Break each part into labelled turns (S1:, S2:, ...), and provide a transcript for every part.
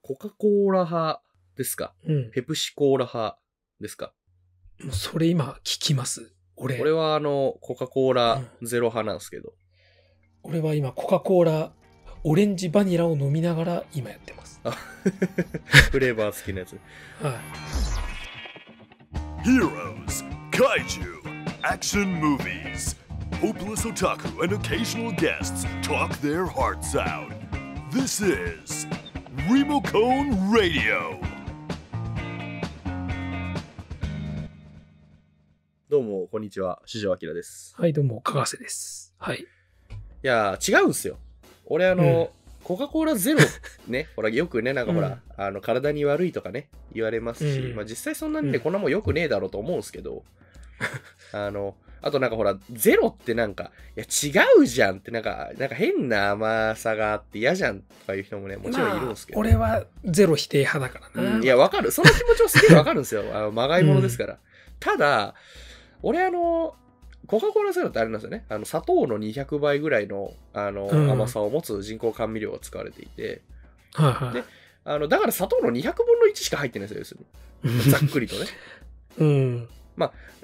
S1: コカ・コーラ派ですか
S2: うん。
S1: ペプシコーラ派ですか
S2: もうそれ今聞きます。俺。
S1: 俺はあの、コカ・コーラ
S2: う
S1: ゼロ派なんですけど。
S2: 俺は今コカ・コーラ、オレンジバニラを飲みながら今やってます。
S1: あフレーバー好きなやつ。
S2: はい。
S3: Heroes, kaiju, action movies. Hopeless otaku and occasional guests talk their hearts out. This is Remocone Radio.
S1: どうも、こんにちは。四条明です。
S2: はい、どうも、かがせです。はい。
S1: いやー、違うんすよ。俺あの、コカ・コーラゼロね、 ほら、よくね、なんかほら、あの体に悪いとかね、言われますし、
S2: うん
S1: まあ実際そんなんで
S2: うん
S1: こんなもんよくねえだろうと思うんすけど、 あの、あとなんかほら、ゼロってなんか、いや、違うじゃんって、なんか、なんか変な甘さがあって嫌じゃんとかいう人もね、もちろんいるんすけど。
S2: まあ俺はゼロ否定派だからな。
S1: うんいや、わかる。その気持ちもすげえわかるん ですよ。あのまがいものですから。ただ、俺、あの、コカ・コーラゼロってあれなんですよね。あの砂糖の200倍ぐらいのあの、
S2: うん
S1: 甘さを持つ人工甘味料が使われていて、
S2: はいは
S1: であのだから砂糖の200分の1しか入ってないんですよ、要する に。ざっ
S2: い。
S1: くりとね。
S2: うん。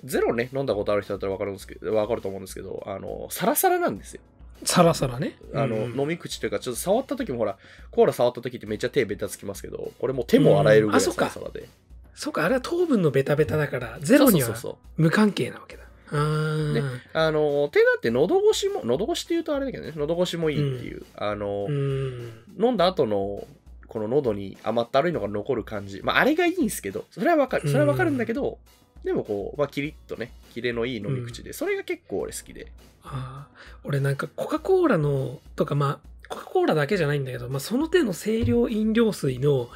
S1: ゼロね、飲んだことある人だったらわかるんですけど、わかると思うんですけど、あの、サラサラなんですよ。
S2: さらさらね。
S1: あの、
S2: うん
S1: 飲み口というか、ちょっと触った時もほら、コーラ触った時ってめっちゃ手ベタつきますけど、これもう手も洗えるぐらい
S2: うんあそ
S1: サ
S2: っか
S1: ラサラで。
S2: そうか、あれは糖分のベタベタだから、ゼロに
S1: そう
S2: は
S1: そうそうそう。
S2: 無関係なわけだ。あー
S1: ねあの手だって喉越しも喉越しっていうとあれだけどね喉越しもいいっていう、あの、
S2: うん。
S1: 飲んだ後のこの喉に甘ったるいのが残る感じまああれがいいんですけどそれはわかるそれはわかるんだけど、でもこう、まあ、キリッとねキレのいい飲み口で、それが結構俺好きで
S2: あー俺なんかコカ・コーラのとかまあコカ・コーラだけじゃないんだけど、まあ、その手の清涼飲料水の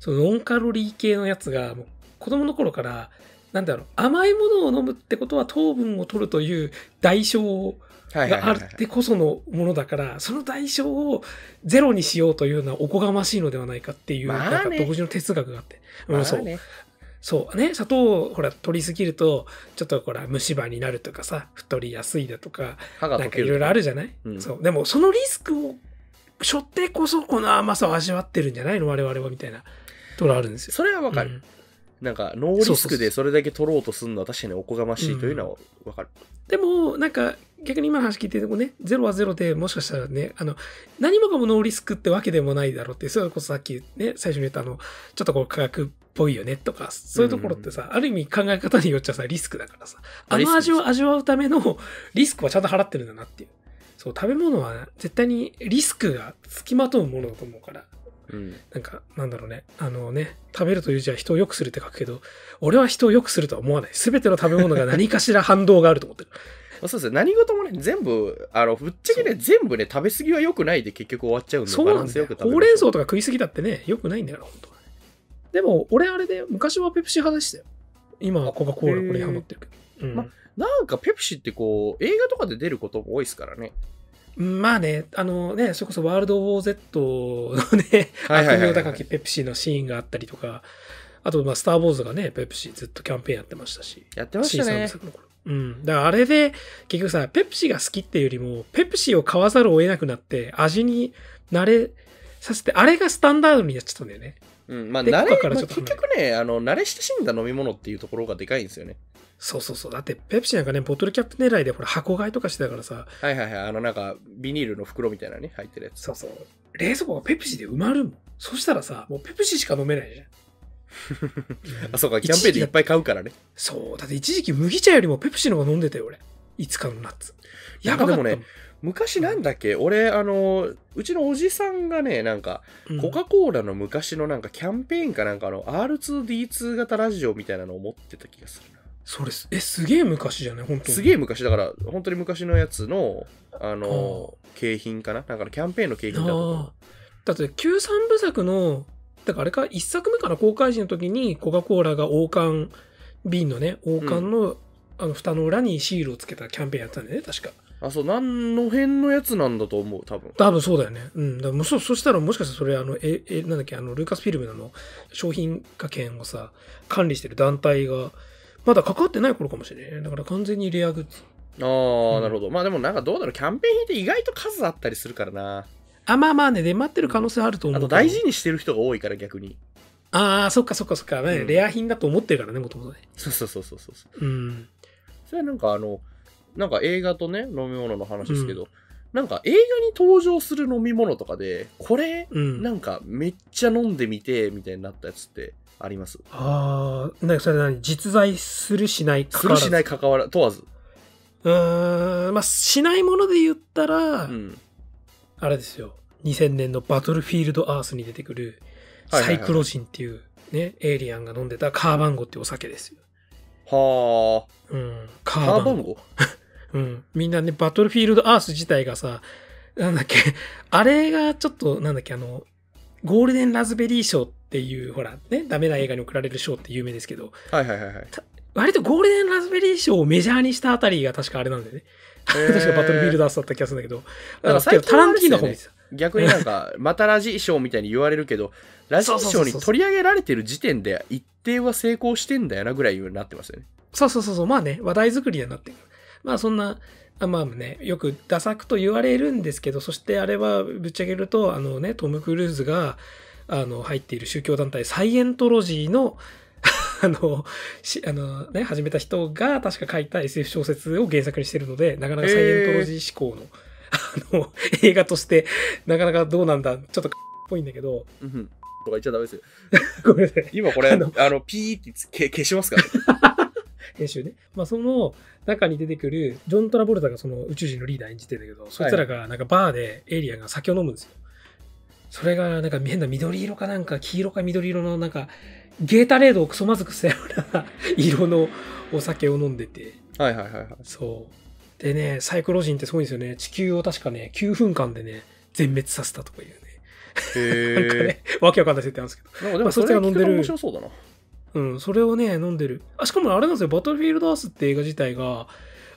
S2: そのノンカロリー系のやつがもう子供の頃からなんだろう甘いものを飲むってことは糖分を取るという代償
S1: はいはい
S2: が
S1: は
S2: あ
S1: い、は
S2: っ
S1: い
S2: て、こそのものだからその代償をゼロにしようというのはおこがましいのではないかっていう
S1: まあね
S2: なんか独自の哲学があって、
S1: ま
S2: うん
S1: あ
S2: そう
S1: ね
S2: そうね、砂糖をほら取りすぎるとちょっとほら虫歯になるとかさ太りやすいだとか
S1: 歯が
S2: な
S1: 溶
S2: んか
S1: け
S2: いろい
S1: る
S2: ろあるじゃない、
S1: うん
S2: そうでもそのリスクを背負ってこそこの甘さを味わってるんじゃないの我々はみたいなところあるんですよ。
S1: それはわかる、
S2: うん
S1: なんかノーリスク
S2: そうそうそ
S1: で
S2: う
S1: それだけ取ろうとするのは確かにおこがましいというのはわかる、
S2: でもなんか逆に今の話聞いててもねゼロはゼロでもしかしたらねあの何もかもノーリスクってわけでもないだろうってそれこそさっきね最初に言ったあのちょっとこう科学っぽいよねとかそういうところってさ、ある意味考え方によっちゃさリスクだからさあ
S1: リス
S2: の
S1: クです
S2: 味を味わうためのリスクはちゃんと払ってるんだなっていうそう食べ物は絶対にリスクがつきまとうものだと思うから
S1: うん、
S2: なんか、なんだろうね。あのね、食べるという字は人を良くするって書くけど、俺は人を良くするとは思わない。すべての食べ物が何かしら反動があると 思ってる。
S1: まあそうですね何事もね全部あのぶっちゃけね全部ね食べ過ぎは良くないで結局終わっちゃうんで
S2: そう
S1: バラ
S2: なん
S1: ンス
S2: だよ
S1: よく。食べましょ
S2: ほうれん草とか食いすぎだってね、良くないんだよな、本当はね。でも、俺あれで、昔はペプシ派でしたよ。今はコカ・コーラこれにハマってるけど。うん
S1: まなんかペプシってこう映画とかで出ることも多いですからね。
S2: まあね、あのね、それこそワールド・ウォー・ Z のね、
S1: はいはいはい
S2: 悪
S1: はい
S2: 名高きペプシのシーンがあったりとか、あと、まあ、スター・ウォーズがね、ペプシずっとキャンペーンやってましたし。
S1: やってましたね。
S2: C3 の頃うん。だからあれで、結局さ、ペプシが好きっていうよりも、ペプシを買わざるを得なくなって、味に慣れさせて、あれがスタンダードになっちゃったんだよね。
S1: うん、まあ
S2: で
S1: 慣
S2: こ
S1: れ、
S2: こから
S1: まあ
S2: ちょっと
S1: 結局ね、あの慣れ親しんだ飲み物っていうところがでかいんですよね。
S2: そうそうそう。だって、ペプシなんかね、ボトルキャップ狙いで、ほら、箱買いとかしてたからさ、
S1: はいはいはい、あのなんかビニールの袋みたいなね、入ってるやつ。
S2: そうそう。冷蔵庫がペプシで埋まるもん。そしたらさ、もうペプシしか飲めな いじゃん。
S1: あ、そうか、キャンペーンでいっぱい買うからね。
S2: そう。だって一時期麦茶よりもペプシの方が飲んでたよ、俺。いつかのナッツ。やばかったもん
S1: なんかでも昔なんだっけ、俺、あの、うちのおじさんがね、なんか、
S2: うん
S1: コカ・コーラの昔のなんかキャンペーンかなんかの R2D2 型ラジオみたいなのを持ってた気がするな。
S2: それす、え、すげえ昔じゃない本当に。
S1: すげ
S2: え。
S1: え昔だから、本当に昔のやつの、あの、景品かななんかのキャンペーンの景品だと思う。
S2: ああ。だって、旧三部作の、だからあれか、一作目かな、公開時の時に、コカ・コーラが王冠、瓶のね、王冠の、あの、蓋の裏にシールをつけたキャンペーンやってたんだよね、確か。
S1: あ、そう、何の辺のやつなんだと思う、多分。
S2: 多分そうだよね。うん。だからもうそ、そしたらもしかしたらそれ、あの、え、え、なんだっけ、あの、ルーカスフィルムのあの商品化権をさ、管理してる団体が、まだ関わってない頃かもしれない。だから完全にレアグッズ。
S1: ああ、
S2: うん
S1: なるほど。まあでもなんかどうだろう、キャンペーン品って意外と数あったりするからな。
S2: あ、まあまあね、出回ってる可能性はあると思う
S1: あ
S2: けど。
S1: と大事にしてる人が多いから逆に。
S2: ああ、そっかそっかそっか、ね
S1: うん
S2: レア品だと思ってるからね、もともとね。
S1: そうそうそうそうそう。
S2: うん。
S1: それはなんかあの、なんか映画とね、飲み物の話ですけど、なんか映画に登場する飲み物とかで、これ、
S2: うん。
S1: なんかめっちゃ飲んでみて、みたいになったやつってあります
S2: ああ、なんかそれ何実在するしないか
S1: す
S2: かわ
S1: る
S2: らず
S1: しない関わら問わず。
S2: うーん、まあ、しないもので言ったら、
S1: うん。
S2: あれですよ。2000年のバトルフィールドアースに出てくる、
S1: はいはい
S2: サ
S1: はい
S2: イクロジンっていうね、エイリアンが飲んでたカーバンゴっていうお酒ですよ。
S1: は
S2: うん、
S1: あ。
S2: カ
S1: カ
S2: ー
S1: ー
S2: バ
S1: バ
S2: ン
S1: ン
S2: ゴ。
S1: ゴ
S2: うん。みんなね、バトルフィールドアース自体がさ、なんだっけ、あれがちょっと、なんだっけ、あの、ゴールデンラズベリー賞っていう、ほら、ね、ダメな映画に贈られる賞って有名ですけど、
S1: はいはいはいはい。
S2: 割とゴールデンラズベリー賞をメジャーにしたあたりが確かあれなんだよね。 確かバトルフィール
S1: ド。
S2: ドアースだった気がするんだけど、
S1: なんか
S2: だから
S1: 最
S2: タ
S1: 近
S2: ラ
S1: はあ
S2: ン
S1: れ
S2: ティーノの方
S1: で
S2: 見
S1: す
S2: てた。
S1: 逆になん か、またラジ賞みたいに言われるけど、ラジ
S2: そうそう
S1: 賞
S2: そう
S1: に
S2: そう
S1: 取り上げられてる時点で一定は成功してんだよなぐらいになってますよね。
S2: そうそうそうそう、まあね、話題作りにはなってる。まあそんな、あまあね、よくダ作と言われるんですけど、そしてあれはぶっちゃけると、あのね、トム・クルーズが、あの、入っている宗教団体、サイエントロジーの、 あの、し、あのね、始めた人が確か書いた SF 小説を原作にしてるので、なかなかサイエントロジー思考の、あの、映画として、なかなかどうなんだ、ちょっと、っぽいんだけど、
S1: うんうん。とか言っちゃダメですよ。
S2: ごめんなさい。
S1: 今これ、
S2: あ
S1: あ
S2: の
S1: の、ピーってつけ消しますからね。
S2: 編集ね。まあ、その中に出てくる、ジョン・トラボルタがその宇宙人のリーダー演じてんだけど、そいつらがなんかバーでエイリアンが酒を飲むんですよ。それがなんか変な緑色かなんか黄色か緑色のなんかゲータレードをクソまずくしたような 色のお酒を飲んでて、
S1: はいはいはいはい。
S2: そう。でね、サイクロジンってすごいんですよね。地球を確かね、9分間でね、全滅させたとかいうね。なん か
S1: へ
S2: ね、わけわかんない設定なんですけど。
S1: え。なんかで
S2: まあ
S1: も
S2: そ
S1: そ
S2: っち
S1: れ
S2: が
S1: は
S2: 飲
S1: 聞く
S2: んでる
S1: と面白そうだな。
S2: うん、それをね、飲んでる。あ、しかもあれなんですよ、バトルフィールドアースって映画自体が、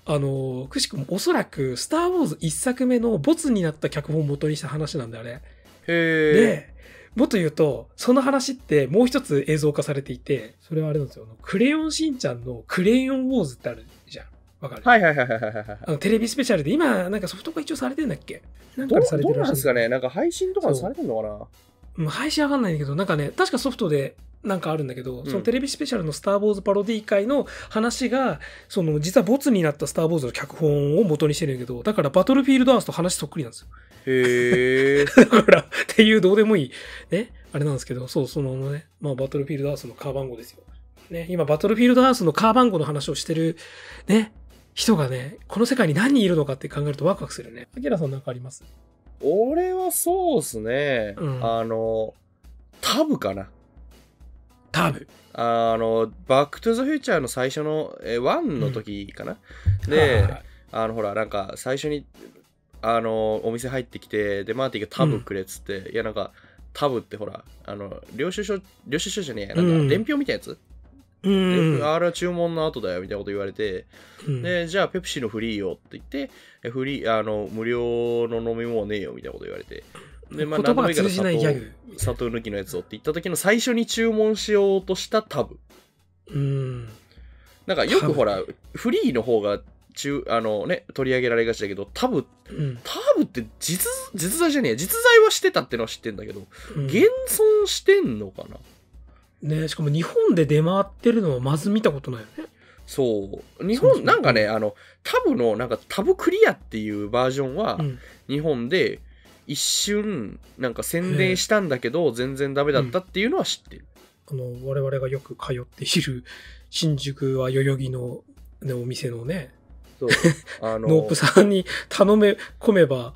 S2: あの、くしくもおそらく、スター・ウォーズ1作目のボツになった脚本を元にした話なんだ、あれ。
S1: へえ。
S2: で、もっと言うと、その話ってもう一つ映像化されていて、それはあれなんですよ、あのクレヨンしんちゃんのクレヨンウォーズってあるじゃん。わかる、
S1: はいはいはいはいはいはいはい。
S2: あのテレビスペシャルで、今、なんかソフト化一応されてんだっけなん
S1: ど
S2: か
S1: う
S2: でされ
S1: ど
S2: て
S1: う
S2: るら
S1: な
S2: し
S1: んで
S2: いんだ
S1: す
S2: けど
S1: かねなんか配信とか
S2: そう
S1: されてんのかな
S2: うん配信わかんないんだけど、なんかね、確かソフトで、なんかあるんだけど、
S1: ん
S2: そのテレビスペシャルのスター・ウォーズパロディ会の話が、その実はボツになったスター・ウォーズの脚本を元にしてるんだけど、だからバトルフィールドアースと話そっくりなんですよ。
S1: へえ。
S2: だから、っていうどうでもいい、ね、あれなんですけど、そう、そのね、まあバトルフィールドアースのカーバンゴですよ。ね、今バトルフィールドアースのカーバンゴの話をしてる、ね、人がね、この世界に何人いるのかって考えるとワクワクするね。アキラさんなんかあります
S1: 俺はそうっすね。
S2: うん
S1: あの、タブかな。
S2: 多分。
S1: あの、バックトゥザフューチャーの最初の、えー、1の時かな。
S2: はい
S1: で
S2: はいはい、
S1: あの、ほら、なんか最初に、あの、お店入ってきて、で、マーティがタブくれっつって、いや、なんか、タブってほら、あの、領収書、領収書じゃねえや、な
S2: うん
S1: か、
S2: ん
S1: 伝票みたいなやつ、
S2: うん
S1: で。あれは注文の後だよ、みたいなこと言われて、
S2: うん
S1: で、じゃあ、ペプシのフリーよって言って、えフリー、あの、無料の飲み物ねえよ、みたいなこと言われて。で、まあ、
S2: 言葉
S1: 何でもい
S2: が
S1: いから
S2: 通じ
S1: 砂
S2: ないギャ
S1: 糖、
S2: グ。
S1: 砂糖抜きのやつをって言った時の最初に注文しようとしたタブ。
S2: うん。
S1: なんかよ
S2: タ
S1: く
S2: ブ
S1: ほら、フリーの方が、中あのね、取り上げられがちだけど、タブ、
S2: うん。
S1: タブって実、実在じゃねえや、実在はしてたってのは知ってんだけど、
S2: うん
S1: 現存してんのかな
S2: ねしかも日本で出回ってるのはまず見たことないよね。
S1: そう。日
S2: そうそう
S1: 本、なんかね、あの、タブの、なんかタブクリアっていうバージョンは
S2: う、ん。
S1: 日本で一瞬なんか宣伝したんだけど全然ダメだったっていうのは知ってる、
S2: あの、我々がよく通っている新宿は代々木の、ね、お店のね、
S1: そうあの
S2: ノープさんに頼め込めば、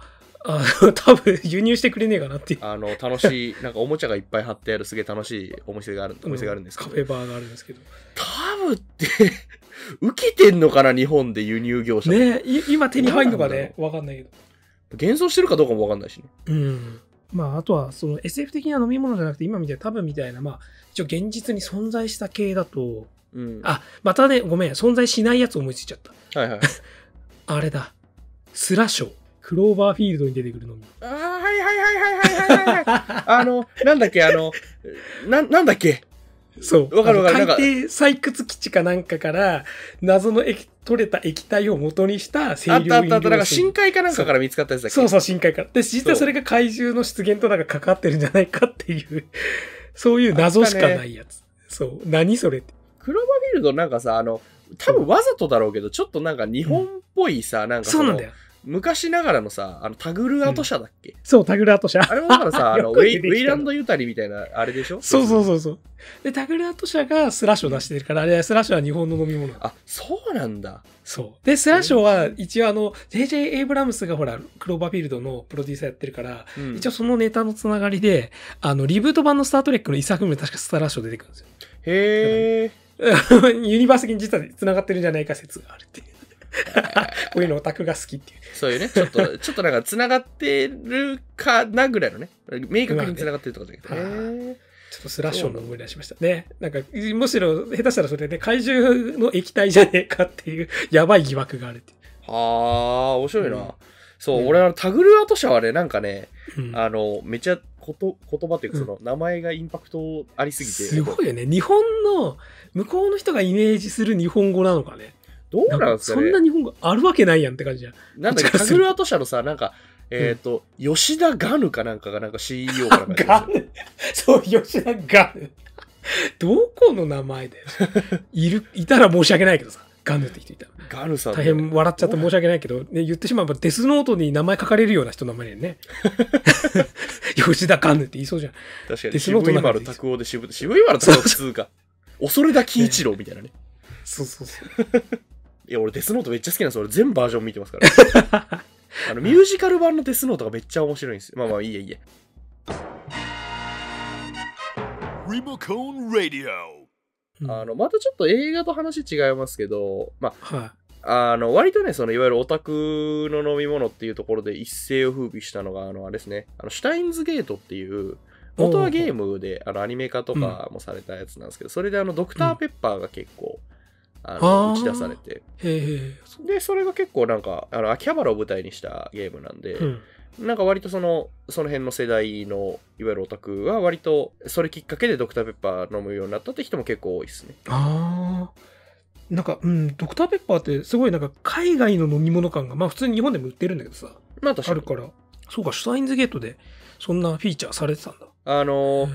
S2: あの、 多分輸入してくれねえかなっていう。
S1: あの楽しいなんかおもちゃがいっぱい貼ってあるすげえ楽しいお店があるお店があるんですけ
S2: カ
S1: ど、
S2: フェバーがあるんですけど。
S1: タブって受けてんのかな日本で輸入業者、
S2: ねい今手に入るのか
S1: どうなん
S2: ね
S1: だ、
S2: わかんないけど。
S1: 現存してるかどうかもわかんないしね
S2: うん。まあ、あとは、その SF 的な飲み物じゃなくて、今みたいな、多分みたいな、まあ、一応現実に存在した系だと、
S1: うん
S2: あ、またね、ごめん、存在しないやつ思いついちゃった。
S1: はいはい
S2: あれだ。スラショー。クローバーフィールドに出てく るのみ。
S1: あー はいはいはいはいはいはいはいあのなんだっけあのななんだっけ
S2: そう。
S1: わかるわかる
S2: あ
S1: な
S2: の
S1: んか
S2: 海底採掘基地かなんかから、謎の液取れた液体を元にした清
S1: あっ
S2: 涼飲
S1: たあったあ
S2: 料
S1: った、なんか深
S2: 水。
S1: 海かなんかから見つかったやつだっけ
S2: そうそう、深海から。で、実はそれが怪獣の出現となんか関わってるんじゃないかっていう、 そういう謎しかないやつ。そう。何それって。
S1: クローバーフィールドなんかさ、あの、多分わざとだろうけど、ちょっとなんか日本っぽいさ、なんか
S2: そうなんだ
S1: よ。
S2: よ。
S1: 昔ながらのさ、あのタグルアート社だっけ、
S2: そう、タグラート社。
S1: あれもだからさ、あの
S2: よ
S1: ウ
S2: く
S1: ェ
S2: 出
S1: イ
S2: てきた
S1: ウェイランドユタリみたいなあれでしょ
S2: そう
S1: う。
S2: そうそうそう。で、タグラート社がスラッシュを出してるから、あれスラッシュは日本の飲み物。
S1: あ、そうなんだ。
S2: そう。で、スラッシュは一応あの、JJ エイブラムスがほら、クローバーフィールドのプロデューサーやってるから、
S1: うん
S2: 一応そのネタのつながりで、あの、リブート版のスタートレックの一作目も確かスターラッシュ出てくるんですよ。
S1: へえ。
S2: ユニバース的に実は繋がってるんじゃないか説があるっていう。 こういうのオタクが好きっていう。
S1: そういうね、ちょっ と、ちょっとなんか繋がってるかなぐらいのね、明確に繋がってるとかじゃなくて。
S2: まあね
S1: へー
S2: ちょっとスラッシュの思い出しましたね。なんか、むしろ下手したらそれで怪獣の液体じゃねえかっていう、やばい疑惑があるってい
S1: はあ、面白いな。
S2: うん
S1: そう、
S2: うん
S1: 俺はタグルアート社はね、なんかね、
S2: う。うん
S1: あの、めちゃこと言葉というか、
S2: う
S1: そ
S2: ん
S1: の、名前がインパクトありすぎて、
S2: すごいよね。日本の、向こうの人がイメージする日本語なのかね。
S1: どう
S2: なん
S1: なん
S2: か
S1: です
S2: そ
S1: か
S2: ん
S1: ね
S2: な。日本語あるわけないやんって感じじゃん。
S1: なんだっけ
S2: こっちから
S1: タ
S2: す
S1: グ
S2: る
S1: ルアート社のさ、なんか、えっ、と、吉田ガヌかなんかが、なんか CEO かなんかやっ
S2: ガ
S1: てるんですよ。
S2: ンそう、吉田ガンどこの名前だよ。いる、いたら申し訳ないけどさ。ガンヌって人いたら。
S1: ガヌさんね。
S2: 大変笑っちゃって申し訳ないけど、ね、言ってしまえばデスノートに名前書かれるような人の名前だよね。 吉田ガンヌって言いそうじゃん。
S1: 確かに、
S2: デスノ
S1: 渋
S2: ート
S1: い
S2: の中
S1: 丸
S2: でいいです
S1: 拓夫で渋渋い丸拓夫通 か。恐れ田喜一郎みたいなね。
S2: そうそうそう。
S1: いや、俺デスノートめっちゃ好きなんですよ。俺全バージョン見てますから。 あの、ミュージカル版のデスノートがめっちゃ面白いんですよ。まあまあ、いいやいいや。
S3: Remocone Radio.
S2: うん
S1: あの、またちょっと映画と話違いますけど、ま
S2: は
S1: あ、あの、割とね、その、いわゆるオタクの飲み物っていうところで一世を風靡したのが、あの、あれですね、あの、シュタインズゲートっていう、元はゲームで、あの、アニメ化とかもされたやつなんですけど、それであの、ドクターペッパーが結構、あの、
S2: あ
S1: 打
S2: ー
S1: ち出されて、
S2: い。へえへえ。そ
S1: で、それが結構なんか、あの、秋葉原を舞台にしたゲームなんで、
S2: ううん。
S1: なんか割とその、その辺の世代の、いわゆるオタクは割と、それきっかけでドクターペッパー飲むようになったって人も結構多いですね。
S2: ああ。なんか、うん、ドクターペッパーってすごいなんか海外の飲み物感が、まあ普通に日本でも売ってるんだけどさ。
S1: まあ確か
S2: ある
S1: に。
S2: から。そうか、シュタインズゲートでそんなフィーチャーされてたんだ。
S1: あのー、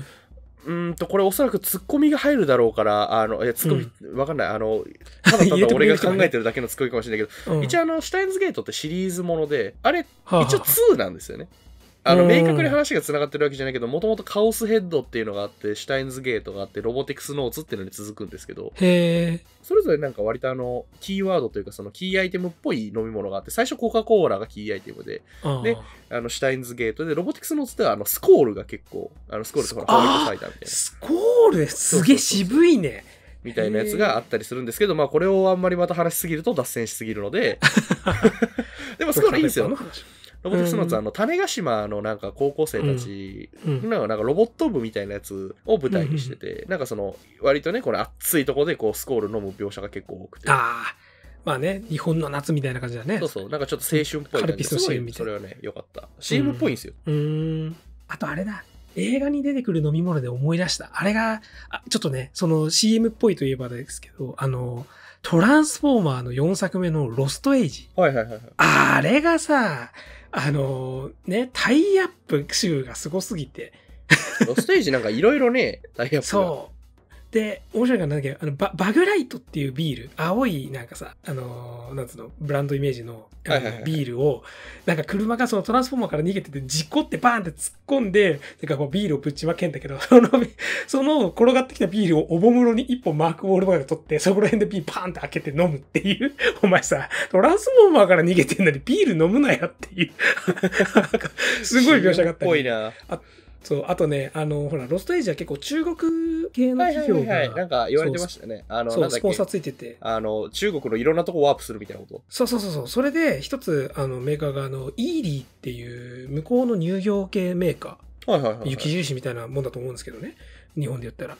S1: うーんと、これおそらくツッコミが入るだろうから、あの、いや、ツッコミ、わかんない。あの、た だた
S2: 入れ
S1: だ
S2: てくれ
S1: 俺
S2: る
S1: が
S2: 人
S1: 考
S2: がね
S1: えてるだけのツッコミかもしれないけど、
S2: うん
S1: 一応あの、シュタインズゲートってシリーズもので、あれ、
S2: はあはあ
S1: 一応2なんですよね。あの、
S2: うん
S1: 明確に話が繋がってるわけじゃないけど、もともとカオスヘッドっていうのがあって、シュタインズゲートがあって、ロボティクスノーツっていうのに続くんですけど、
S2: へえ。
S1: それぞれなんか割とあの、キーワードというかそのキーアイテムっぽい飲み物があって、最初コカ・コーラがキーアイテムで、
S2: あー
S1: であの、シュタインズゲートで、ロボティクスのつってはあの、スコールが結構、あの、スコールってほら、
S2: スコ
S1: ホワイトサイダーみたいな、
S2: スコールですげえ渋いね。
S1: みたいなやつがあったりするんですけど、まあこれをあんまりまた話しすぎると脱線しすぎるの で、でもスコールいいんですよ。
S2: ド
S1: ロ
S2: クターペッ
S1: ボティクスのつ
S2: うん
S1: あの、種子島のなんか高校生たち
S2: パーの話。うん
S1: なんかなんかロボット部みたいなやつを舞台にしてて、なんかその、割とね、この熱いとこでこう、スコール飲む描写が結構多くて。
S2: ああ。まあね、日本の夏みたいな感じだ ね。
S1: そうそう、なんかちょっと青春っぽい
S2: カルピスの
S1: すご
S2: CM みたいな
S1: それはね、よかった。CM っぽいんですよ。
S2: うーん。あとあれだ。映画に出てくる飲み物で思い出した。あれが、あちょっとね、その CM っぽいといえばですけど、あの、トランスフォーマーの4作目のロストエイジ。
S1: はいはいはいはい。
S2: あれがさ、あのね、タイアップ集がすごすぎて。
S1: ロステージなんかいろいろね、タイアップが
S2: そう。で、面白いのがなんだっけあのバ、バグライトっていうビール、青いなんかさ、あのーなんつうの、ブランドイメージのあの
S1: はいはいはい
S2: ビールを、なんか車がそのトランスフォーマーから逃げてて、事故ってバーンって突っ込んで、なんかこうビールをぶっちまけんだけど、 その、その転がってきたビールをおぼむろに一本マークウォールバーが取って、そこら辺でビールパーンって開けて飲むっていう、 お前さ、トランスフォーマーから逃げてんのにビール飲むなよっていう、 なんかすごい描写があったり
S1: ぽいな。
S2: そう、あとね、あの、ほら、ロストエイジは結構中国系の
S1: はいはい
S2: 企
S1: はいは
S2: 業
S1: い。な
S2: が
S1: ん、か言われてましたね。あの、
S2: そ
S1: な
S2: う、
S1: んだ
S2: ス
S1: っ
S2: ポンサー
S1: け。
S2: ついてて。
S1: あの、中国のいろんなとこワープするみたいなこと。
S2: そうそうそうそう。それで、一つ、あの、メーカーが、あの、イーリーっていう、向こうの乳業系メーカ
S1: はいはいはい
S2: ー、
S1: はい。
S2: 雪印みたいなもんだと思うんですけどね。日本で言ったら。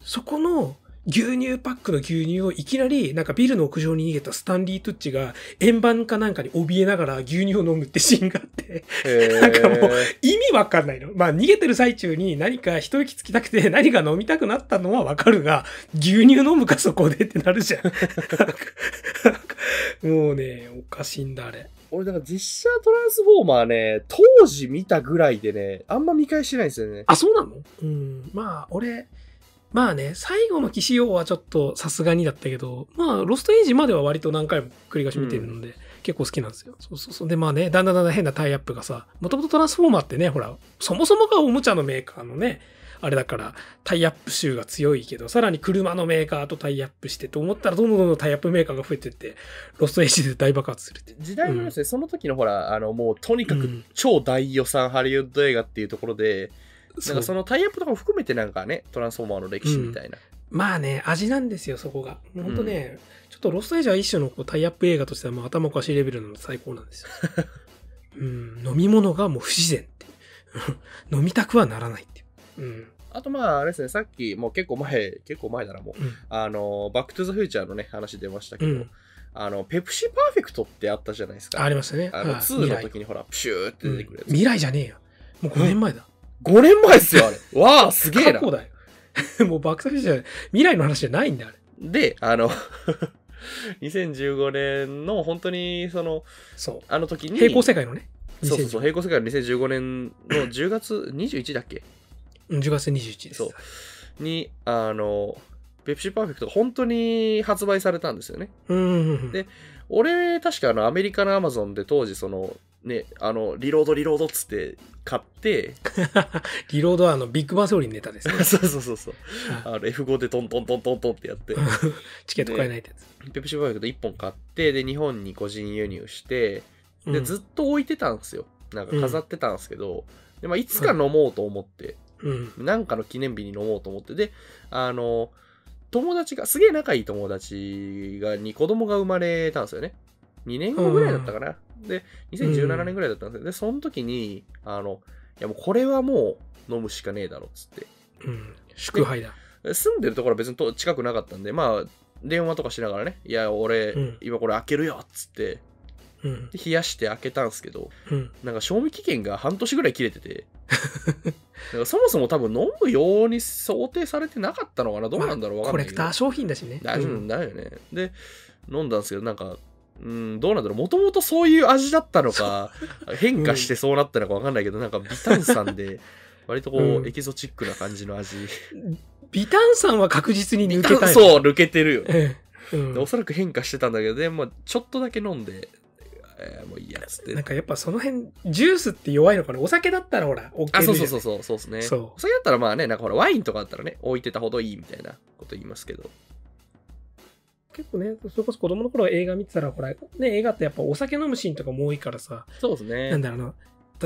S2: そこの、牛乳パックの牛乳をいきなり、なんかビルの屋上に逃げたスタンリー・トゥッチが、円盤かなんかに怯えながら牛乳を飲むってシーンがあって、なんかもう意味わかんないの。まあ、逃げてる最中に何か一息つきたくて 何か飲みたくなったのはわかるが、牛乳飲むかそこでってなるじゃん。 なんかもうね、おかしいんだ、あれ。
S1: 俺、だから実写トランスフォーマーね、当時見たぐらいでね、あんま見返してないんですよね。
S2: あ、そうなのうん。まあ、俺、まあね、最後の騎士王はちょっとさすがにだったけど、まあ、ロストエイジまでは割と何回も繰り返し見てるので、結構好きなんですよ。そうそうそう。で、まあね、だんだんだんだん変なタイアップがさ、もともとトランスフォーマーってね、ほら、そもそもがおもちゃのメーカーのね、あれだから、タイアップ集が強いけど、さらに車のメーカーとタイアップしてと思ったら、どんどんどんどんタイアップメーカーが増えてって、ロストエイジで大爆発するって。
S1: 時代によりますね、その時のほら、あの、もうとにかく超大予算ハリウッド映画っていうところで、なんかそ
S2: の
S1: のタイアップとかも含めてなんかね、トランスフォーマーの歴史みたいな。
S2: まあね、味なんですよ、そこが。もうほんとね、ちょっとロストエイジは一種のこうタイアップ映画としては、まあ、頭おかしいレベルなので最高なんですよ。うん、飲み物がもう不自然って。飲みたくはならないって。うん。
S1: あとまあ、あれですね、さっき、もう結構前、 結構前ならもう、
S2: うん
S1: あの、バックトゥザフューチャーのね、話出ましたけ
S2: う
S1: ど、
S2: ん。
S1: あの、ペプシパーフェクトってあったじゃないですか。
S2: ありましたね。
S1: あの、
S2: はい
S1: 2の時にほら、プシューって出てくる
S2: う
S1: やつ。
S2: ん未来じゃねえよ。もう5年前だ。
S1: 5年前っすよ、あれ。 わあ、すげえ
S2: 過
S1: な
S2: 去。だよ。 もう爆作じゃない。未来の話じゃないんだよ、あれ。
S1: で、あの、2015年の本当に、その、
S2: そ
S1: あの時
S2: う。
S1: に、
S2: 平行世界のね。
S1: そうそうそう、
S2: 2010
S1: 平行世界の2015年の10月21だっ け
S2: うん10月21日です。
S1: そうに、あの、ペプシパーフェクトが本当に発売されたんですよね。
S2: うんうんうん。
S1: で俺、確かあの、アメリカのアマゾンで当時、その、ね、あの、リロードリロードっつって買 って、
S2: リロードはあの、ビッグバンセオリーのネタ ですね。
S1: そうそうそうそう、
S2: は
S1: あの F5 でトントントントントンってやって、
S2: いチケット買えないってやつ。
S1: ペプシパーフェクト1本買って、で、日本に個人輸入して、
S2: う
S1: で、
S2: ん
S1: ずっと置いてたんですよ。なんか飾ってたんですけど、でまあ、いつか飲もうと思って、
S2: うん。
S1: なんかの記念日に飲もうと思って、で、あの、友達が、すげえ仲いい友達が、に子供が生まれたんですよね。2年後ぐらいだったかな。で、2017年ぐらいだったんですよ。で、その時に、あの、いやもうこれはもう飲むしかねえだろ、つって。
S2: うん。祝杯だ。
S1: で住んでるところは別にと近くなかったんで、まあ、電話とかしながらね、いや、俺、
S2: うん
S1: 今これ開けるよ、っつって、
S2: うん。
S1: で冷やして開けたんですけど、
S2: うん。
S1: なんか賞味期限が半年ぐらい切れてて、 なんかそもそも多分飲むように想定されてなかったのかな、どうなんだろう、わか
S2: コ
S1: んな
S2: レ
S1: いけ
S2: ク
S1: ど。
S2: ター商品だしね。
S1: 大丈
S2: う
S1: 夫
S2: ん
S1: だよね。で、飲んだんですけど、なんか、うん、どうなんだろう、もともとそういう味だったのか、変化してそうなったのかわかんないけど、なんか微炭酸で、割とこう、
S2: うん
S1: エキゾチックな感じの味。
S2: ビタンさんは確実に抜けたい。
S1: そう、抜けてるよね。
S2: ええ。うん
S1: でおそらく変化してたんだけど、でまあ、ちょっとだけ飲んで、えーもういいやっつって
S2: なん。かやっぱその辺、ジュースって弱いのかなお酒だったらほら、OK。
S1: あ、そうそうそううそう、そうですね。
S2: そう
S1: それだったらまあね、なんかほら、ワインとかだったらね、置いてたほどいいみたいなこと言いますけど。
S2: 結構ね、それこそ子供の頃映画見てたら、ほら、ね、映画ってやっぱお酒飲むシーンとかも多いからさ、
S1: そうです
S2: なん
S1: ね。
S2: だろうな、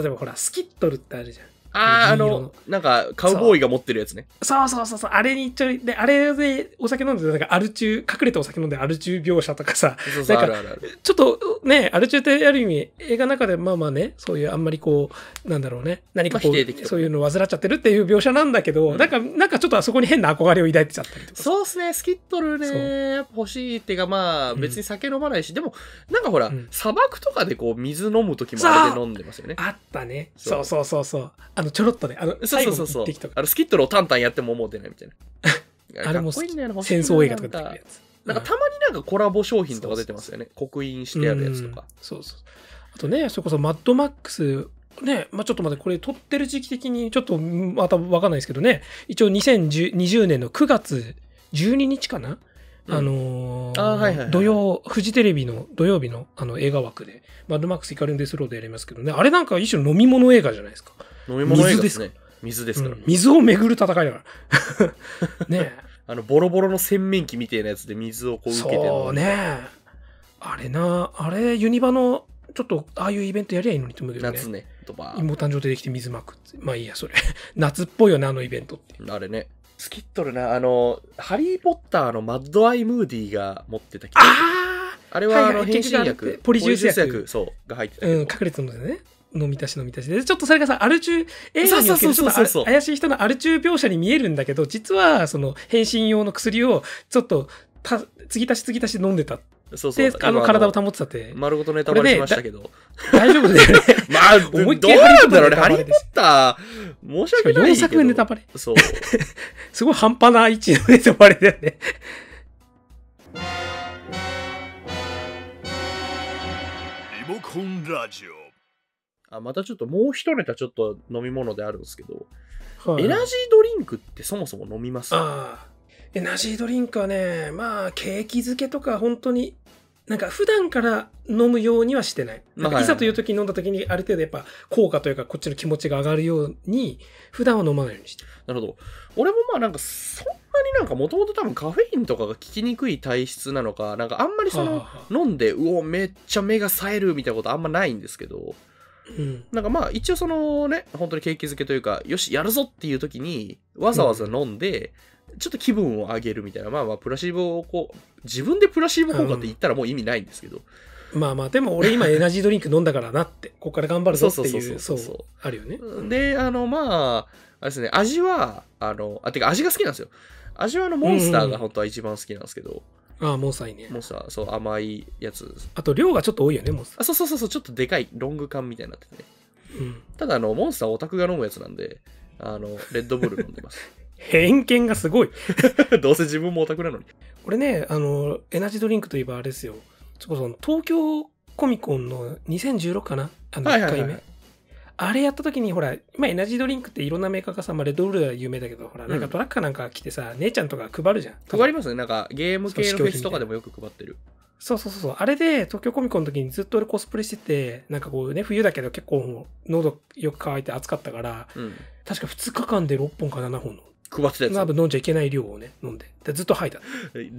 S2: 例えばほら、スキットルってあるじゃん。
S1: ああ、あ
S2: 銀色
S1: の
S2: の、
S1: なんか、カウボーイが持ってるやつね。
S2: そうそうそうそう、あれにちょい、で、あれでお酒飲んで、なんかアル中、隠れてお酒飲んでアル中描写とかさ、
S1: そうそう、
S2: な
S1: あ
S2: んか
S1: るあるある。
S2: ちょっとね、アル中ってある意味、映画の中でまあまあね、そういうあんまりこう、なんだろうね、何かこ
S1: まあ否定でき
S2: う、
S1: る
S2: そういうのを患っちゃってるっていう描写なんだけど、なんか、なんかちょっとあそこに変な憧れを抱いてちゃったりとか。
S1: そうですね、スキットル
S2: そう
S1: ね、やっぱ欲しいっていうか、まあ、
S2: うん
S1: 別に酒飲まないし、でも、なんかほら、
S2: うん
S1: 砂漠とかでこう、水飲むときもあれで飲んでますよね。
S2: あったね。そ
S1: そうう
S2: そうそうそう。あの、ちょろっとね、あの、
S1: そう
S2: 最
S1: そ
S2: 後
S1: う
S2: の
S1: そうそ
S2: 一
S1: う
S2: 滴と。か。
S1: あの、スキットルをタンタンやっても思うてないみたいな。
S2: あれも
S1: かっこいいんだよな欲しい
S2: 戦
S1: な
S2: 争映画とか出
S1: なん
S2: てく
S1: か
S2: るやつ。
S1: なんかたまになんかコラボ商品とか出てますよね。刻印してあるやつとか。
S2: うんそうそう。あとね、それこそマッドマックス、ね、まあ、ちょっと待って、これ撮ってる時期的にちょっとうんまたわかんないですけどね、一応2020年の9月12日かな、
S1: うん
S2: あのー
S1: あーはいはいはい
S2: 土曜、フジテレビの土曜日のあの映画枠で、マッドマックス怒りのデスロードやりますけどね、あれなんか一種の飲み物映画じゃないですか。
S1: 飲み物映画
S2: 水で
S1: ですす
S2: か
S1: ね。水ですから。
S2: うん水をめぐる戦いだから。 ね
S1: あの、ボロボロの洗面器みたいなやつで水をこう受けてんの
S2: そうねあれなあれユニバのちょっとああいうイベントやりゃいいのにと思うけどね
S1: 夏ね。とか。
S2: 妹誕生出てきて水まくってまあいいやそれ 夏っぽいよねあのイベントって
S1: あれね。スキットルな、あの、ハリー・ポッターのマッド・アイ・ムーディが持ってた
S2: ああ
S1: あれは、
S2: はい
S1: あ
S2: はい
S1: の、変身
S2: 研究所である
S1: 薬。
S2: ポリジュース薬
S1: ポリジュース薬そう、が入ってた
S2: うん
S1: け
S2: 隠
S1: ど。
S2: れてるのでね飲み足し飲み足しで、ちょっとそれがさ、アル中、映画におけるち
S1: そ
S2: ょ
S1: うそう
S2: っ
S1: そうそう
S2: とあ怪しい人のアル中描写に見えるんだけど、実は、その、変身用の薬を、ちょっと、た、継ぎ足し継ぎ足し飲んでたっ
S1: そうそう
S2: て、あの、
S1: 今
S2: 体を保ってたって、
S1: 丸ごとネタバレしましたけど。
S2: 大丈夫だよね。
S1: まあ、どう
S2: 思いっきり
S1: なんだろうね。ハ
S2: ハ
S1: リ
S2: リ
S1: ー・
S2: ー
S1: ポ
S2: ポ
S1: ッ
S2: ッ
S1: ター、申し
S2: しか
S1: 訳
S2: も
S1: ないけど。
S2: 4作目ネタバレ。
S1: そう。
S2: すごい半端な位置のネタバレだよね。
S3: リモコンラジオ
S1: あまたちょっともう一ネタちょっと飲み物であるんですけど、
S2: はい
S1: エナジードリンクってそもそも飲みます
S2: ああ。エナジードリンクはね、まあ、ケーキ漬けとか本当に、なんか普段から飲むようにはしてない。
S1: まあ
S2: なんかいざという時に飲んだ時にある程度やっぱ効果というかこっちの気持ちが上がるように、普段は飲まないようにしてる。
S1: なるほど。俺もまあなんかそんなになんかもともと多分カフェインとかが効きにくい体質なのか、なんかあんまりその
S2: はあはあ
S1: 飲んで、うお、めっちゃ目が冴えるみたいなことあんまないんですけど、
S2: うん。
S1: なんかまあ一応そのね、本当に景気づけというか、よし、やるぞっていう時にわざわざ飲んで、ちょっと気分を上げるみたいな、まあまあプラシーボをこう、自分でプラシーボ効果って言ったらもう意味ないんですけど、
S2: まあまあ、でも俺今エナジードリンク飲んだからな って、ここから頑張るぞって
S1: そうそ
S2: いうう、
S1: そ
S2: そうう
S1: そうそう、
S2: あるよね。
S1: で、あの、まあ、あれですね、味は、あの、あ、てか味が好きなんですよ。味はあの、モンスターが本当は一番好きなんですけど、
S2: ああ、モンスターいいね。
S1: モンスター、そう、甘いやつ。
S2: あと量がちょっと多いよね、モンスタ
S1: あ、そうそうそうそう、ちょっとでかい、ロング缶みたいになっててね。
S2: ー。うん。
S1: ただ、あの、モンスターオタクが飲むやつなんで、あの、レッドブル飲んでます。
S2: 偏見がすごい。
S1: どうせ自分もオタクなのに。
S2: これね、あの、エナジードリンクといえばあれですよ。そこその東京コミコンの2016かなあの
S1: はいは
S2: 1
S1: いはい
S2: 回目。あれやった時にほら、今エナジードリンクっていろんなメーカーがさ、まあ、レッドブルは有名だけど、ほら、なん
S1: う
S2: か
S1: ん
S2: トラッカーなんか来てさ、姉ちゃんとか配るじゃん。
S1: 配りますね。なんか、ゲーム系のフェスとかでもよく配ってる。
S2: そうそうそうそう。あれで東京コミコンの時にずっと俺コスプレしてて、なんかこうね、冬だけど結構もう喉よく乾いて暑かったから、
S1: うん。
S2: 確か2日間で6本か7本の。
S1: 配ってた
S2: 多
S1: やつ。
S2: 分飲んじゃいけない量をね、飲んで。でずっと吐いた。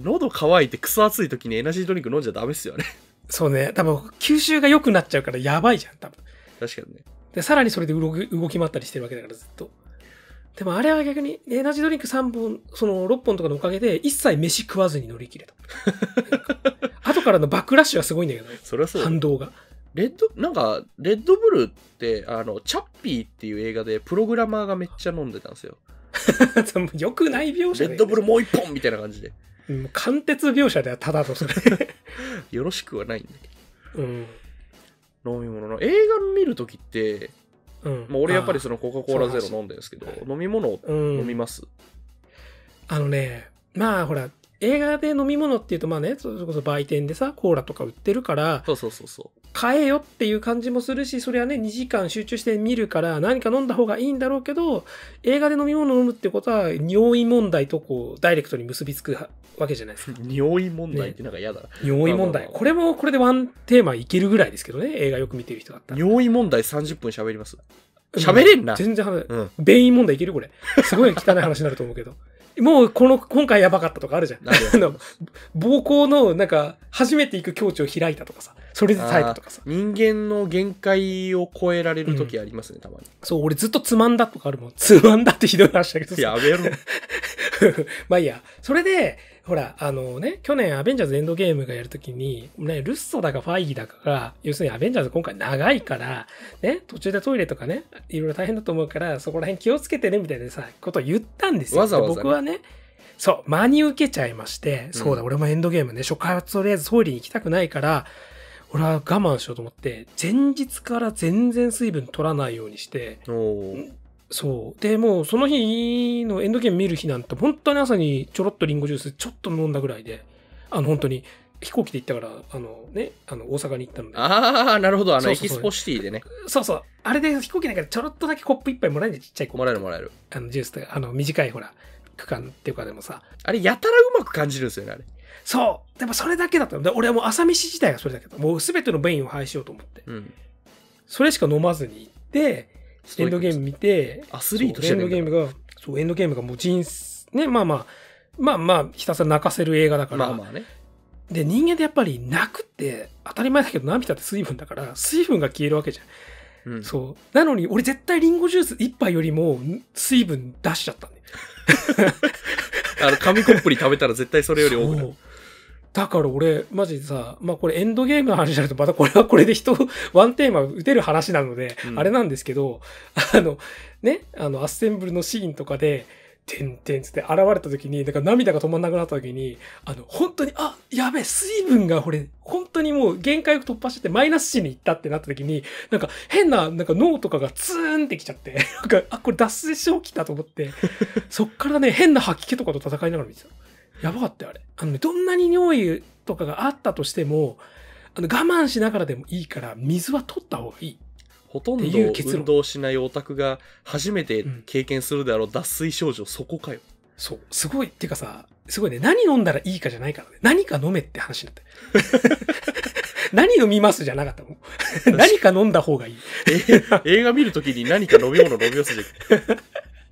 S1: 喉乾いてクソ暑い時にエナジードリンク飲んじゃダメっすよね。
S2: そうね、多分吸収が良くなっちゃうからやばいじゃん、多分。
S1: 確かにね。
S2: で、さらにそれで動き動き回ったりしてるわけだから、ずっと。でもあれは逆に、エナジードリンク3本、その6本とかのおかげで、一切飯食わずに乗り切れた。なんか後からのバックラッシュがすごいんだけどね、
S1: そりゃそうだ。
S2: 反動が。
S1: レッド、なんか、レッドブルって、あの、チャッピーっていう映画で、プログラマーがめっちゃ飲んでたんですよ。
S2: よくない描写
S1: レ
S2: だよね
S1: ッドブルもう一本みたいな感じで。
S2: うん貫徹描写ではただと それ。
S1: よろしくはないんだけ
S2: うん。
S1: ど。飲み物の。映画見るときって、
S2: うん。
S1: もう俺やっぱり
S2: あ
S1: そのコカ・コーラゼロ飲んでるんですけど
S2: そうなんで、
S1: 飲み物を
S2: ー、うん、
S1: 飲みます。
S2: あのね、まあほら、映画で飲み物っていうと、まあね、それこそ売店でさ、コーラとか売ってるから、
S1: そうそうそうそ
S2: 買えよっていう感じもするし、それはね、2時間集中して見るから、何か飲んだ方がいいんだろうけど、映画で飲み物を飲むってことは、尿意問題とこう、ダイレクトに結びつくはわけじゃないです
S1: う
S2: か。。
S1: 匂い問題ってなんか嫌だな。
S2: 尿意
S1: まあ
S2: 問
S1: まあ
S2: 題。
S1: まあ
S2: これも、これでワンテーマいけるぐらいですけどね、映画よく見てる人だったら。
S1: 匂い問題30分喋ります。
S2: うん
S1: 喋れんな。
S2: 全然話、
S1: うん。
S2: 便意問題いけるこれ。すごい汚い話になると思うけど。もう、この、今回やばかったとかあるじゃん。
S1: なる
S2: あの、膀胱の、なんか、初めて行く境地を開いたとかさ、それで耐えたとか さ。
S1: 人間の限界を超えられる時ありますね、たまに。
S2: そう、俺ずっとつまんだとかあるもん。 つまんだってひどい話だけどさ。
S1: やめろ。
S2: まあいいや。それで、ほら、あのね、去年アベンジャーズエンドゲームがやるときに、ね、ルッソだかファイギだかが、要するにアベンジャーズ今回長いから、ね、途中でトイレとかね、いろいろ大変だと思うから、そこら辺気をつけてね、みたいなさ、ことを言ったんですよ。
S1: わざわざね
S2: で僕はね、そう、真に受けちゃいまして、そうだ、俺もエンドゲームね、初回はとりあえずトイレに行きたくないから、俺は我慢しようと思って、前日から全然水分取らないようにして、
S1: おー
S2: そう。で、もうその日のエンドゲーム見る日なんて、本当に朝にちょろっとリンゴジュースちょっと飲んだぐらいで、あの、本当に飛行機で行ったから、あのね、あの、大阪に行ったので。
S1: ああ、なるほど。あの、
S2: そう
S1: エ
S2: そ
S1: キ
S2: うそう
S1: スポシティでね、
S2: そうそう。あれで飛行機なんかでちょろっとだけコップ一杯もらえるんで、ちっちゃいコ
S1: も
S2: ッ
S1: らえるもらえる。
S2: プ。あの、ジュースとか、あの、短いほら、区間っていうかでもさ。
S1: あれ、やたらうまく感じるんですよね、あれ。
S2: そう。でもそれだけだったので、俺はもう朝飯自体がそれだけど、もう全ての便意を排しようと思って。
S1: うん。
S2: それしか飲まずに行って、
S1: スト
S2: エ
S1: イ
S2: ン
S1: ック
S2: ドゲ
S1: です
S2: ーム見て、
S1: アスリートじゃねえ
S2: そうんエンドゲームが、そう、エンドゲームがもう人生、ね、まあまあ、まあまあ、ひたすら泣かせる映画だから、
S1: まあまあね。
S2: で、人間ってやっぱり泣くって当たり前だけど涙って水分だから、水分が消えるわけじゃん。
S1: うん。
S2: そう。なのに、俺絶対リンゴジュース1杯よりもん水分出しちゃったんだよ。
S1: あの、紙コップに食べたら絶対それより多くな
S2: そ
S1: る。
S2: うだから俺、マジでさ、まあこれエンドゲームの話になると、またこれはこれで人、 ワンテーマ打てる話なので、
S1: うん
S2: あれなんですけど、あの、ね、あの、アッセンブルのシーンとかで、てんてんつって現れた時に、だから涙が止まんなくなった時に、あの、本当に、あ、やべえ、水分がこれ、本当にもう限界を突破しててマイナス値に行ったってなった時に、なんか変な、なんか脳とかがツーンってきちゃって、なんか、あ、これ脱水起きたと思って、そっからね、変な吐き気とかと戦いながら見てた。やばかったよ、あれ。あのね、どんなに尿意とかがあったとしても、あの我慢しながらでもいいから、水は取った方がいい。
S1: ほとんど
S2: っていう結論
S1: 運動しないオタクが初めて経験するであろう脱水症状、そこかよ。
S2: そう。すごい、っていうかさ、すごいね、何飲んだらいいかじゃないからね。何か飲めって話になって。何飲みますじゃなかったもん。何か飲んだ方がいい。
S1: え映画見るときに何か飲み物飲み忘れて。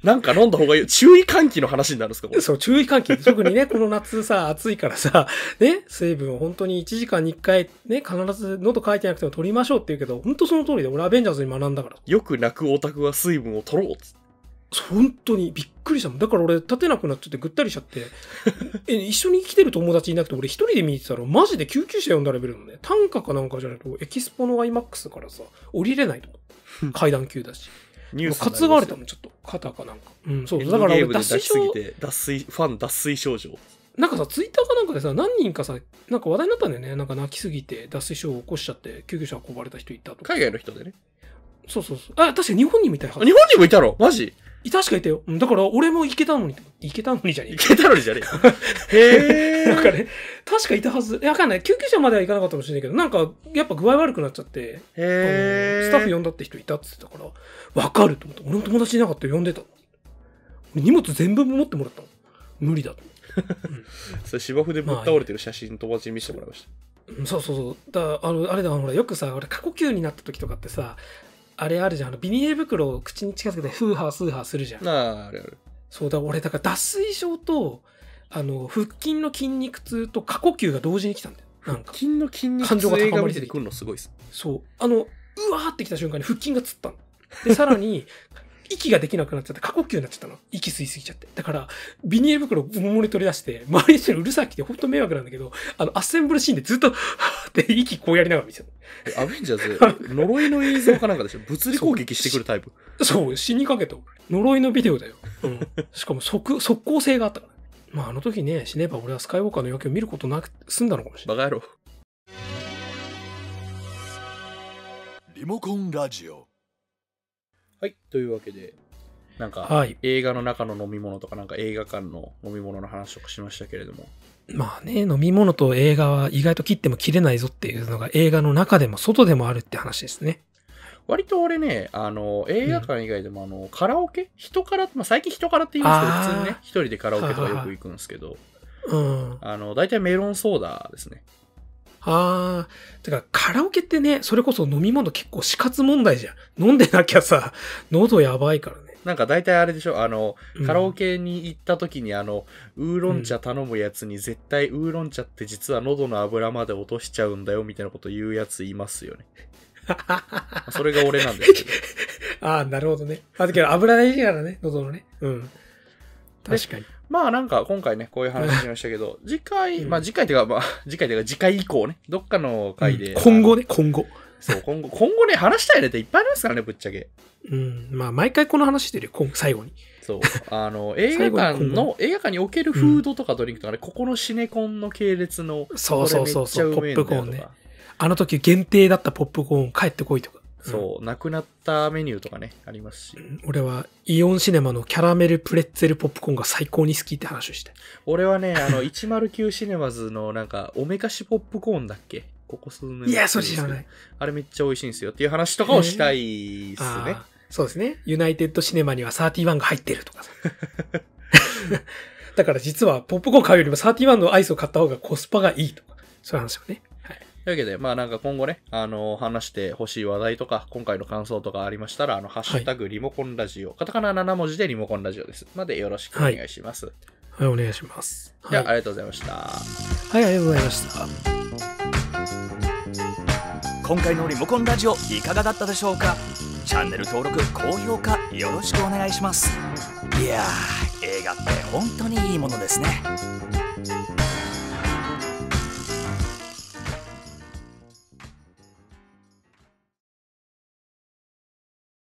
S1: なん か飲んだ方がいいよ。注意喚起の話になるんですかこれ。
S2: そう、注意喚起。特にね、この夏さ、暑いからさ、ね、水分を本当に1時間に1回、ね、必ず喉乾いてなくても取りましょうって言うけど、本当その通りで、俺アベンジャーズに学んだから。
S1: よく泣くオタクは水分を取ろうっつって
S2: 本当にびっくりしたもんだから俺立てなくなっちゃってぐったりしちゃって え一緒に来てる友達いなくて俺一人で見てたらマジで救急車呼んだレベルのね単価かなんかじゃないとエキスポの IMAX からさ降りれないと思って階段級だし
S1: ニュースになります
S2: 担
S1: よ
S2: がれたもんちょっと肩かなんかうんそうだ
S1: だ
S2: か
S1: かららゲーム
S2: 俺
S1: で
S2: 脱
S1: 抱
S2: 水
S1: きすぎ
S2: 症
S1: て脱水ファン脱水症状
S2: なんかさツイッターかなんかでさ何人かさなんか話題になったんだよねなんか泣きすぎて脱水症を起こしちゃって救急車運ばれた人いたとか
S1: 海外の人でね
S2: そうそうそうあ確か日本にもいたよ
S1: あ日本にもいたのマジ
S2: い確かいたようんだから俺も行けたのに行けたのにじゃねえ
S1: いけたのにじゃねえ へえ
S2: なんかね、確かいたはず。いや、わかんない。救急車までは行かなかったかもしれないけど、なんか、やっぱ具合悪くなっちゃって、あの
S1: へえ
S2: スタッフ呼んだって人いたって言ってたから、わかると思って、俺の友達いなかったら呼んでたの。荷物全部持ってもらったの。無理だと。
S1: それ芝生でぶっ倒れてる写真友達に見せてもらいました
S2: うんそうそうそう。だあの、あれだ、ほら、よくさ、俺、過呼吸になった時とかってさ、あれあるじゃん。あのビニール袋を口に近づけて、フーハースーハーするじゃん。
S1: なああれある
S2: そうだ、俺、だから脱水症と、あの、腹筋の筋肉痛と過呼吸が同時に来たんだよ。なんか。
S1: 筋の筋肉
S2: 感情が
S1: 痛映
S2: 高
S1: 画見
S2: まり
S1: て
S2: すぎて
S1: くるのすごいっす
S2: そう。あの、うわーってきた瞬間に腹筋がつったの。で、さらに、 息ができなくなっちゃって、過呼吸になっちゃったの。息吸いすぎちゃって。だから、ビニール袋を重々に取り出して、周りの人にうるさくて、ほんと迷惑なんだけど、あの、アッセンブルシーンでずっと、は ーって息こうやりながら見せる。
S1: えアベンジャーズ呪いの映像かなんかでしょ物理攻撃してくるタイプ
S2: そう、死にかけた。呪いのビデオだよ。うん。しかも、即、即効性があったから。まあ、あの時ね、死ねば俺はスカイウォーカーの夜景を見ることなく済んだのかもしれない。
S1: バカ野郎
S3: リモコンラジオ
S1: はいというわけでなんか、
S2: はい。
S1: 映画の中の飲み物とかなんか映画館の飲み物の話とかしましたけれども
S2: まあね、飲み物と映画は意外と切っても切れないぞっていうのが映画の中でも外でもあるって話ですね。
S1: 割と俺ね、あの、映画館以外でも、あの、カラオケ人から、まあ、最近人からって言うんですけど、
S2: あー
S1: 普通にね、一人でカラオケとかよく行くんですけど、
S2: うん。
S1: あの、大体メロンソーダですね。
S2: あー、てかカラオケってね、それこそ飲み物結構死活問題じゃん。飲んでなきゃさ、喉やばいからね。
S1: なんか大体あれでしょ、あの、
S2: うん
S1: カラ オケに行った時に、あの、ウーロン茶頼むやつに、絶対ウーロン茶って実は喉の油まで落としちゃうんだよ、みたいなこと言うやついますよね。それが俺なんですけど。
S2: あー、なるほどね。あ、だけど油大事からね、喉のね。うん。
S1: で
S2: 確かに。
S1: まあなんか今回ね、こういう話しましたけど、次回、
S2: うん
S1: まあ次回っていうか、まあ次回っていうか次回以降ね、どっかの回で。
S2: うん今後
S1: ね。
S2: ね、今後。
S1: そう、今後、今後ね、話したいネタいっぱいありますからね、ぶっちゃけ。
S2: うん。まあ、毎回この話してるよ、今最後に。
S1: そう。あの、映画館の、映画館におけるフードとかドリンクとかね、ここのシネコンの系列の、
S2: そうそうそうそう、ポ
S1: これめ
S2: ッ
S1: っちゃ
S2: プ
S1: うめえん
S2: コーン
S1: だよと
S2: ね
S1: か。
S2: あの時限定だったポップコーン帰ってこいとか。うん
S1: そう、なくなったメニューとかね、ありますし。
S2: 俺はイオンシネマのキャラメルプレッツェルポップコーンが最高に好きって話をして。
S1: 俺はね、あの、109シネ マズのなんか、おめかしポップコーンだっけここ数年。
S2: いや、それ知らない。。
S1: あれめっちゃ美味しいんですよっていう話とかをしたいっすね。
S2: あーそうですね。ユナイテッドシネマには31が入ってると かさ。だから実はポップコーン買うよりも31のアイスを買った方がコスパがいいとか。そういう話をね。
S1: というわけで、まあなんか今後ね、あの、話してほしい話題とか、今回の感想とかありましたら、あの、ハッシュタグリモコンラジオ、カタカナ7文字でリモコンラジオです。までよろしくお願いします。
S2: はい、お願いします。
S1: で
S2: は
S1: は、
S2: い、はい、あ
S1: ありがとうございました。
S2: りがとうございました。
S3: 今回のリモコンラジオいかがだったでしょうかチャンネル登録高評価よろしくお願いしますいやー映画って本当にいいものですね